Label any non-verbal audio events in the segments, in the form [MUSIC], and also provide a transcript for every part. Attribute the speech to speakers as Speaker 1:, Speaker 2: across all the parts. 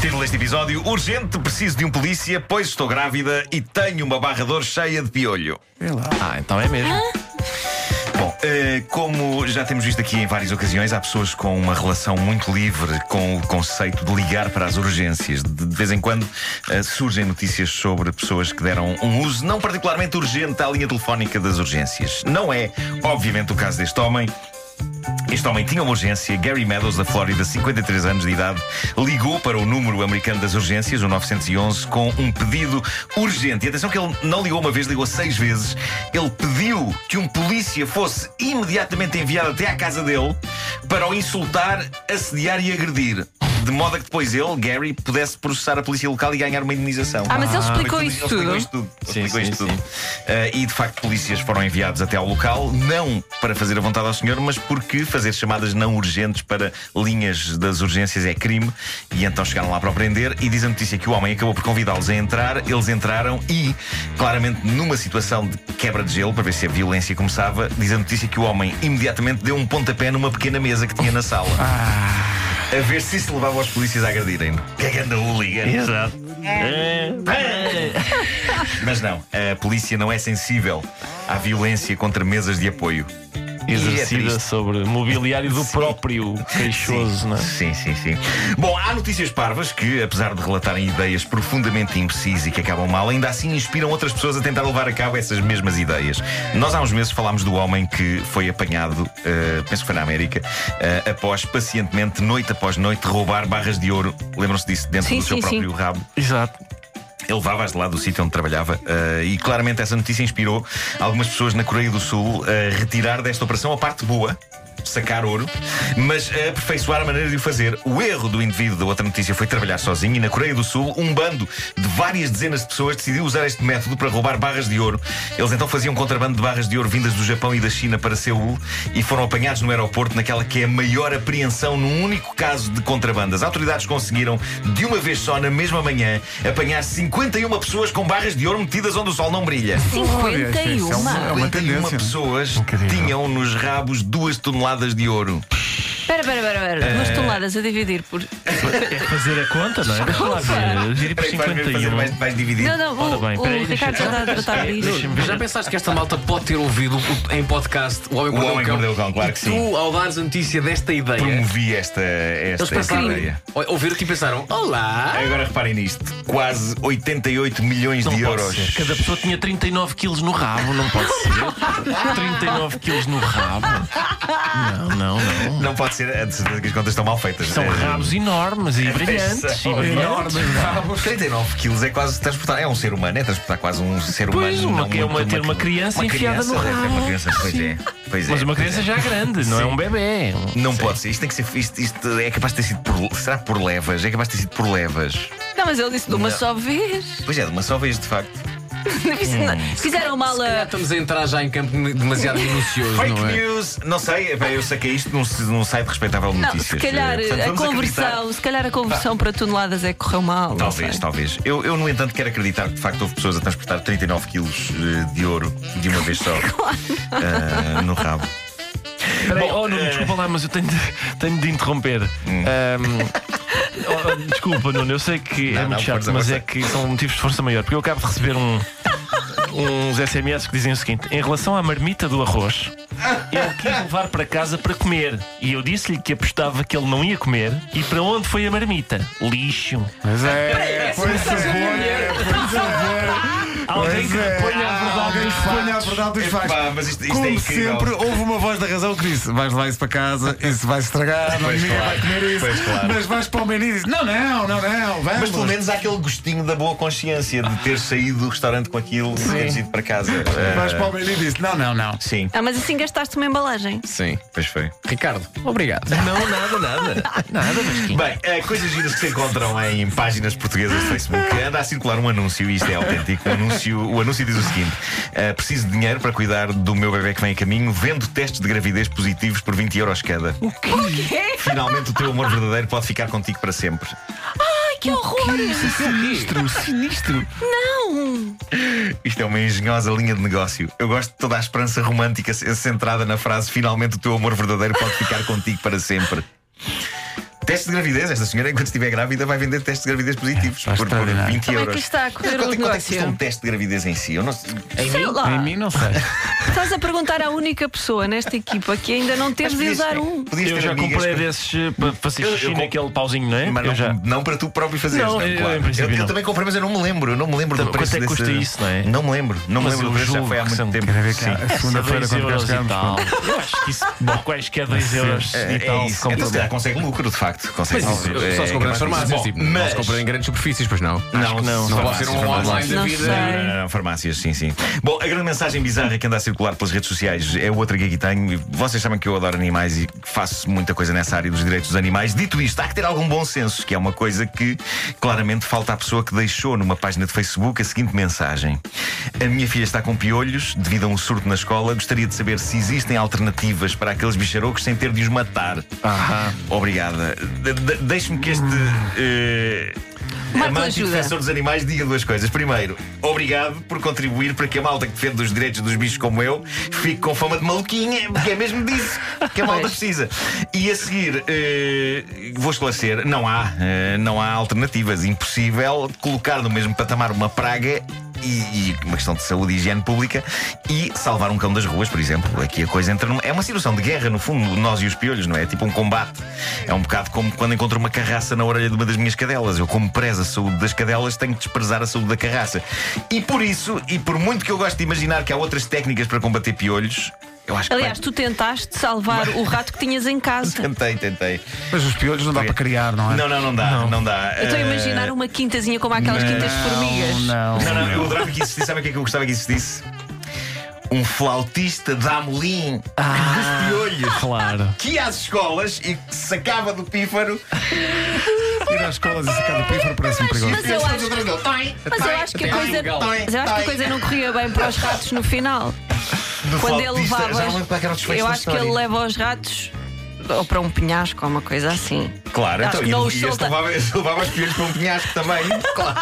Speaker 1: Título deste episódio: Urgente, preciso de um polícia, pois estou grávida e tenho uma barra de dor cheia de piolho.
Speaker 2: Ah, então é mesmo.
Speaker 1: Bom, eh, como já temos visto aqui em várias ocasiões, há pessoas com uma relação muito livre com o conceito de ligar para as urgências. De, de vez em quando eh, surgem notícias sobre pessoas que deram um uso não particularmente urgente à linha telefónica das urgências. Não é, obviamente, o caso deste homem. Este homem tinha uma urgência. Gary Meadows, da Flórida, 53 anos de idade, ligou para o número americano das urgências, o 911, com um pedido urgente. E atenção que ele não ligou uma vez, ligou seis vezes. Ele pediu que um polícia fosse imediatamente enviado até à casa dele para o insultar, assediar e agredir. De modo a que depois ele, Gary, pudesse processar a polícia local e ganhar uma indenização.
Speaker 3: Ah, mas ele explicou
Speaker 1: Ele
Speaker 3: isso
Speaker 1: explicou
Speaker 3: tudo?
Speaker 1: isto tudo. Ele
Speaker 2: Sim,
Speaker 1: explicou
Speaker 2: sim,
Speaker 1: isto
Speaker 2: sim.
Speaker 1: tudo. Uh, e de facto, polícias foram enviados até ao local, não para fazer a vontade ao senhor, mas porque fazer chamadas não urgentes para linhas das urgências é crime. E então chegaram lá para o prender. E diz a notícia que o homem acabou por convidá-los a entrar. Eles entraram e, claramente, numa situação de quebra de gelo, para ver se a violência começava, diz a notícia que o homem imediatamente deu um pontapé numa pequena mesa que tinha na sala. A ver se isso levava os polícias a agredirem. é Cagando hooligan.
Speaker 2: Exato.
Speaker 1: É. Mas não, a polícia não é sensível à violência contra mesas de apoio. E é
Speaker 2: Exercida
Speaker 1: triste.
Speaker 2: sobre mobiliário do próprio queixoso, não é?
Speaker 1: Sim, sim, sim. Bom, há notícias parvas que, apesar de relatarem ideias profundamente imprecisas e que acabam mal, ainda assim inspiram outras pessoas a tentar levar a cabo essas mesmas ideias. Nós há uns meses falámos do homem que foi apanhado, eh, penso que foi na América, eh, após pacientemente, noite após noite, roubar barras de ouro. Lembram-se disso dentro
Speaker 3: Sim,
Speaker 1: do seu
Speaker 3: sim, sim.
Speaker 1: próprio rabo?
Speaker 2: Exato.
Speaker 1: Ele levava-as de lá do sítio onde trabalhava eh, e claramente essa notícia inspirou algumas pessoas na Coreia do Sul a retirar desta operação a parte boa. Sacar ouro, mas a aperfeiçoar a maneira de o fazer. O erro do indivíduo da outra notícia foi trabalhar sozinho e na Coreia do Sul, um bando de várias dezenas de pessoas decidiu usar este método para roubar barras de ouro. Eles então faziam contrabando de barras de ouro vindas do Japão e da China para Seul e foram apanhados no aeroporto naquela que é a maior apreensão num único caso de contrabando. As autoridades conseguiram, de uma vez só, na mesma manhã, apanhar 51 pessoas com barras de ouro metidas onde o sol não brilha.
Speaker 4: Olha, isso é
Speaker 3: 51.
Speaker 4: uma- é uma
Speaker 1: 51
Speaker 4: tendência.
Speaker 1: pessoas
Speaker 2: Incrível.
Speaker 1: tinham nos rabos duas toneladas de ouro.
Speaker 3: Espera, espera, espera. espera. Duas toneladas a dividir por.
Speaker 2: É fazer a conta, não é? Deixa lá ver. Dividir por
Speaker 1: Peraí, vais ver,
Speaker 2: 51.
Speaker 1: fazer, vais, vais dividir.
Speaker 3: Não, não,
Speaker 2: Ora
Speaker 3: o,
Speaker 2: bem,
Speaker 3: o
Speaker 2: peraí, deixa-
Speaker 3: Ricardo já está a tratar disto.
Speaker 2: Deixa-me
Speaker 5: Mas já
Speaker 2: ver.
Speaker 5: pensaste que esta malta pode ter ouvido o- em podcast O Homem que
Speaker 1: O Homem
Speaker 5: Mordeu o
Speaker 1: que
Speaker 5: Cão?
Speaker 1: Mordeu o Cão, claro que
Speaker 5: e
Speaker 1: sim.
Speaker 5: tu, ao dares a notícia desta ideia,
Speaker 1: Promovi esta, esta,
Speaker 5: eles
Speaker 1: esta
Speaker 5: pensaram,
Speaker 1: ideia.
Speaker 5: ou- ouviram-te e pensaram: Olá!
Speaker 1: Agora reparem nisto: quase 88 milhões
Speaker 2: Não
Speaker 1: de
Speaker 2: pode
Speaker 1: euros.
Speaker 2: ser. Cada pessoa tinha 39 quilos no rabo, não pode
Speaker 1: [LAUGHS]
Speaker 2: ser. 39 quilos no rabo. Não, não, não.
Speaker 1: Não pode ser, é de certeza que as contas estão mal feitas.
Speaker 2: São
Speaker 1: É,
Speaker 2: rabos enormes e brilhantes. E brilhantes.
Speaker 1: Os 39 quilos é quase transportar. É um ser humano, é transportar quase um ser
Speaker 2: Pois,
Speaker 1: humano.
Speaker 2: uma-
Speaker 1: não
Speaker 2: que é uma-
Speaker 1: muito
Speaker 2: ter uma criança enfiada
Speaker 1: criança,
Speaker 2: no
Speaker 1: deve ter Uma
Speaker 2: rabo.
Speaker 1: criança, pois é. Pois
Speaker 2: Mas
Speaker 1: é,
Speaker 2: uma
Speaker 1: pois
Speaker 2: criança
Speaker 1: é.
Speaker 2: já grande, não é um bebê. é um-
Speaker 1: Não pode ser. Isto tem que ser. Isto, isto é capaz de ter sido por. Será por levas? É capaz de ter sido por levas.
Speaker 3: Não, mas ele disse de uma
Speaker 1: Não.
Speaker 3: só vez. [LAUGHS]
Speaker 1: Pois é, de uma só vez, de facto.
Speaker 3: Isso não- Fizeram mal eh,
Speaker 5: Já
Speaker 3: a.
Speaker 5: estamos a entrar já em campo demasiado minucioso,
Speaker 1: Fake
Speaker 5: não é?
Speaker 1: news! Não sei, bem, eu saquei isto num, num site respeitável de
Speaker 3: Não,
Speaker 1: notícias.
Speaker 3: se calhar eh,
Speaker 1: Portanto,
Speaker 3: a
Speaker 1: vamos acreditar-
Speaker 3: conversão, se calhar a conversão para toneladas é que correu mal. não
Speaker 1: Talvez,
Speaker 3: sei.
Speaker 1: talvez. Eu, eu, no entanto, quero acreditar que de facto houve pessoas a transportar 39 quilos eh, de ouro de uma vez [LAUGHS] só eh, no rabo.
Speaker 2: Peraí, oh,
Speaker 1: É.
Speaker 2: Nuno, desculpa lá, mas eu tenho de, tenho de interromper.
Speaker 1: Hum.
Speaker 2: Ahm, oh, oh, desculpa, Nuno, eu sei que é
Speaker 1: Não,
Speaker 2: muito
Speaker 1: não,
Speaker 2: chato,
Speaker 1: força,
Speaker 2: mas
Speaker 1: força.
Speaker 2: é que são motivos de força maior. Porque eu acabo de receber um- uns SMS que dizem o seguinte: em relação à marmita do arroz, ele quis levar para casa para comer. E eu disse-lhe que apostava que ele não ia comer. E para onde foi a marmita? Lixo.
Speaker 4: Mas é, foi sabor.
Speaker 2: Alguém
Speaker 4: Pois
Speaker 2: que
Speaker 4: é.
Speaker 2: ponha a verdade nos
Speaker 4: Olha é. a
Speaker 2: fatos.
Speaker 4: verdade dos
Speaker 1: Epá,
Speaker 4: factos.
Speaker 1: mas isto- isto é
Speaker 4: Como
Speaker 1: incrível.
Speaker 4: sempre, houve uma voz da razão que disse: vais levar isso para casa, isso vai estragar, não-
Speaker 1: Pois
Speaker 4: ninguém
Speaker 1: claro,
Speaker 4: vai comer isso.
Speaker 1: pois claro.
Speaker 4: Mas vais para o menino e dizes: não, não, não, não, vamos.
Speaker 1: Mas pelo menos há aquele gostinho da boa consciência de ter saído do restaurante com aquilo e teres ido para casa. Eh,
Speaker 4: Vais para o menino e dizes: não, não, não.
Speaker 1: Sim.
Speaker 3: Ah, mas assim gastaste uma embalagem.
Speaker 1: Sim, pois foi.
Speaker 5: Ricardo, obrigado.
Speaker 2: Não, nada, nada. Nada, mas que-
Speaker 1: Bem, eh, coisas giras que se encontram em páginas portuguesas de Facebook.
Speaker 2: [LAUGHS]
Speaker 1: Anda a circular um anúncio, e isto é autêntico. O anúncio, o anúncio diz o seguinte: eh, Preciso de dinheiro para cuidar do meu bebê que vem a caminho, vendo testes de gravidez positivos por 20 euros cada. O quê? Finalmente o teu amor verdadeiro pode ficar contigo para sempre.
Speaker 3: Ai, que horror!
Speaker 5: é
Speaker 4: Sinistro, sinistro.
Speaker 3: Não!
Speaker 1: Isto é uma engenhosa linha de negócio. Eu gosto de toda a esperança romântica se- centrada na frase: finalmente o teu amor verdadeiro pode ficar contigo para sempre. Teste de gravidez, esta senhora, enquanto estiver grávida, vai vender testes de gravidez positivos
Speaker 4: pá,
Speaker 1: por, por
Speaker 4: extraordinário.
Speaker 1: 20
Speaker 3: Como é que
Speaker 1: euros.
Speaker 3: está a correr
Speaker 1: Mas
Speaker 3: o
Speaker 1: quanto, é- quanto é que custa
Speaker 3: negócio?
Speaker 1: um teste de gravidez em si? Eu não sei.
Speaker 3: Sei lá.
Speaker 4: Em mim não sei.
Speaker 3: Estás a perguntar à única pessoa nesta equipa que ainda não teve de usar um.
Speaker 1: Podias
Speaker 2: Eu
Speaker 1: ter
Speaker 2: já
Speaker 1: amigas
Speaker 2: comprei
Speaker 1: para-
Speaker 2: desses eh, para fazer
Speaker 1: Eu- eu
Speaker 2: xixi
Speaker 1: comp-
Speaker 2: naquele pauzinho, não é?
Speaker 1: Mas não,
Speaker 2: eu já.
Speaker 1: não para tu próprio fazeres,
Speaker 2: Não,
Speaker 1: não,
Speaker 2: eu-
Speaker 1: claro.
Speaker 2: em princípio não.
Speaker 1: também comprei, mas eu não me lembro. Eu não me lembro
Speaker 2: Então,
Speaker 1: do preço
Speaker 2: quanto é que
Speaker 1: desse-
Speaker 2: custa isso, não é?
Speaker 1: Não me lembro. Não
Speaker 2: Mas
Speaker 1: me lembro
Speaker 2: eu
Speaker 1: do preço, já
Speaker 2: julgo
Speaker 1: foi há
Speaker 2: que
Speaker 1: muito
Speaker 2: são-
Speaker 1: tempo.
Speaker 4: Quer ver que
Speaker 1: Sim.
Speaker 4: a segunda-feira
Speaker 2: É, Dois
Speaker 4: quando cá
Speaker 2: euros e tal.
Speaker 4: chegamos.
Speaker 2: Eu acho que isso. Bom, quaisquer 10 euros
Speaker 1: É,
Speaker 2: e tal. com
Speaker 1: é isso. Então, se
Speaker 2: problema.
Speaker 1: calhar consegue lucro, de facto. Consegue
Speaker 5: Mas isso
Speaker 1: lucro.
Speaker 5: só
Speaker 1: É,
Speaker 5: se compra
Speaker 1: é capaz
Speaker 5: nas farmácias,
Speaker 1: disso.
Speaker 5: tipo,
Speaker 1: Bom,
Speaker 5: não se compra em grandes superfícies, pois não.
Speaker 1: Não,
Speaker 2: que não.
Speaker 5: Não pode
Speaker 1: farmácias,
Speaker 5: ser um
Speaker 1: farmácias.
Speaker 5: online da
Speaker 3: Não
Speaker 5: vida.
Speaker 3: sei.
Speaker 1: Não, não, não, Ah, farmácias, sim, sim. Bom, a grande mensagem bizarra que anda a circular pelas redes sociais é outra que aqui tenho. Vocês sabem que eu adoro animais e faço muita coisa nessa área dos direitos dos animais. Dito isto, há que ter algum bom senso, que é uma coisa que claramente falta à pessoa que deixou numa página de Facebook a seguinte mensagem: A minha filha está com piolhos devido a um surto na escola. Gostaria de saber se existem alternativas para aqueles bicharocos sem ter de os matar. Obrigada. De- de- Deixe-me que este. eh, [LAUGHS]
Speaker 3: Marco,
Speaker 1: amante e
Speaker 3: ajuda.
Speaker 1: defensor dos animais, diga duas coisas. Primeiro, obrigado por contribuir para que a malta que defende os direitos dos bichos como eu fique com fama de maluquinha, porque é mesmo disso que a malta precisa. E a seguir, eh, vou esclarecer: não há, eh, não há alternativas. Impossível colocar no mesmo patamar uma praga. E, e uma questão de saúde e higiene pública e salvar um cão das ruas, por exemplo. Aqui a coisa entra num, É uma situação de guerra, no fundo, nós e os piolhos, não é? É tipo um combate. É um bocado como quando encontro uma carraça na orelha de uma das minhas cadelas. Eu, como prezo a saúde das cadelas, tenho que desprezar a saúde da carraça. E por isso, e por muito que eu gosto de imaginar que há outras técnicas para combater piolhos, eu acho que.
Speaker 3: Aliás, tu tentaste salvar o rato que tinhas em
Speaker 1: [LAUGHS]
Speaker 3: casa.
Speaker 1: Tentei, tentei.
Speaker 4: Mas os piolhos não dá para criar, não é?
Speaker 1: Não, não, não dá, não, dá.
Speaker 3: Eu estou Então, a
Speaker 1: Eh,
Speaker 3: imaginar uma quintazinha como aquelas quintas de formigas.
Speaker 4: Não,
Speaker 1: Não, não, eu adorava que existisse. Sabe o que é que eu gostava que existisse? Um flautista de Amolim dos piolhos
Speaker 2: Claro.
Speaker 1: que ia às escolas e que sacava do pífaro.
Speaker 4: Ir às escolas e sacar do pífaro parece-me perigoso.
Speaker 3: Mas eu acho, mas eu acho que a coisa, mas eu acho que a coisa não corria bem para os ratos no final.
Speaker 1: Do
Speaker 3: Quando ele
Speaker 1: flautista-
Speaker 3: levava.
Speaker 1: Já não lembro qual é que era o desfecho
Speaker 3: Eu
Speaker 1: da
Speaker 3: acho que ele
Speaker 1: história.
Speaker 3: leva os ratos ou para um penhasco ou uma coisa assim.
Speaker 1: Claro,
Speaker 3: Acho
Speaker 1: então,
Speaker 3: que
Speaker 1: e,
Speaker 3: não
Speaker 1: e
Speaker 3: os
Speaker 1: este
Speaker 3: solta.
Speaker 1: levava, este levava os piolhos para um penhasco também. claro.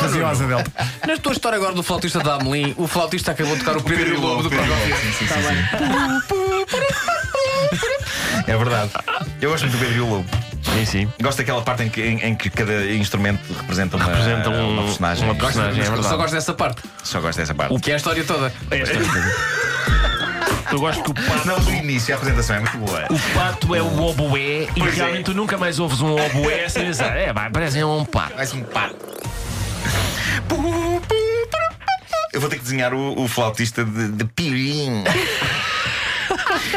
Speaker 4: Fazia o asa delta.
Speaker 5: Na tua história agora do flautista da Amelim, o flautista acabou de tocar o Pedro e o Lobo do
Speaker 1: Pedro e o
Speaker 5: programa.
Speaker 1: Lobo, Tá sim, sim, sim, sim. É verdade. Eu gosto muito do Pedro e o Lobo.
Speaker 2: Sim, sim.
Speaker 1: Gosto daquela parte em que, em- em que cada instrumento representa uma,
Speaker 2: Representa um-
Speaker 1: uma personagem.
Speaker 2: uma personagem.
Speaker 5: Mas
Speaker 2: É
Speaker 5: eu
Speaker 2: verdade.
Speaker 5: Só gosto dessa parte,
Speaker 1: Só gosto dessa parte.
Speaker 5: que é a história toda.
Speaker 2: Eu gosto que o pato,
Speaker 1: Não, do início, a apresentação é muito boa.
Speaker 2: o pato é o oboé e
Speaker 1: Pois é.
Speaker 2: realmente tu nunca mais ouves um oboé sem pensar. É, vai, parece um pato.
Speaker 1: Mais um pato. Eu vou ter que desenhar o, o flautista de, de piolhinho.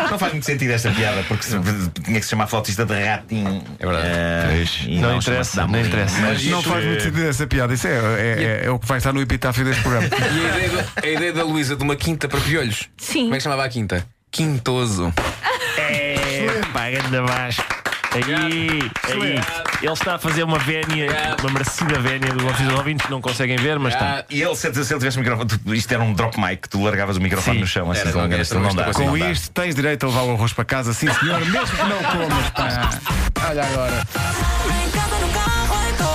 Speaker 1: Não faz muito sentido esta piada, porque se- tinha que se chamar flautista de ratinho.
Speaker 5: É verdade.
Speaker 1: Eh, e
Speaker 2: Não um
Speaker 1: chama-se
Speaker 2: interessa,
Speaker 1: Damolim.
Speaker 2: não interessa.
Speaker 1: Mas
Speaker 4: Não
Speaker 1: isso
Speaker 4: faz
Speaker 1: é-
Speaker 4: muito sentido essa piada. Isso é, é, é- é o que vai estar no epitáfio deste programa.
Speaker 5: E a ideia, do- a ideia da Luísa de uma quinta para piolhos.
Speaker 3: Sim.
Speaker 5: Como é que chamava a quinta? Quintoso.
Speaker 2: É, pagando Vasco. Aí, aí. Ele está a fazer uma vénia,
Speaker 5: Obrigado.
Speaker 2: uma merecida vénia do Office dos Ouvintes, não conseguem ver, mas está.
Speaker 5: Ah,
Speaker 1: E ele, se ele se ele tivesse um microfone, tu- isto era um drop mic, tu largavas o microfone
Speaker 2: Sim.
Speaker 1: no chão, assim,
Speaker 5: Era, um
Speaker 1: não,
Speaker 5: não,
Speaker 1: dá,
Speaker 5: esta
Speaker 1: não
Speaker 5: vez
Speaker 1: dá.
Speaker 5: não
Speaker 1: não
Speaker 4: Com
Speaker 1: dá.
Speaker 4: isto tens direito a levar o arroz para casa, sim senhor, mesmo que não comas. pá. Olha agora.
Speaker 6: Em casa, no carro, em todo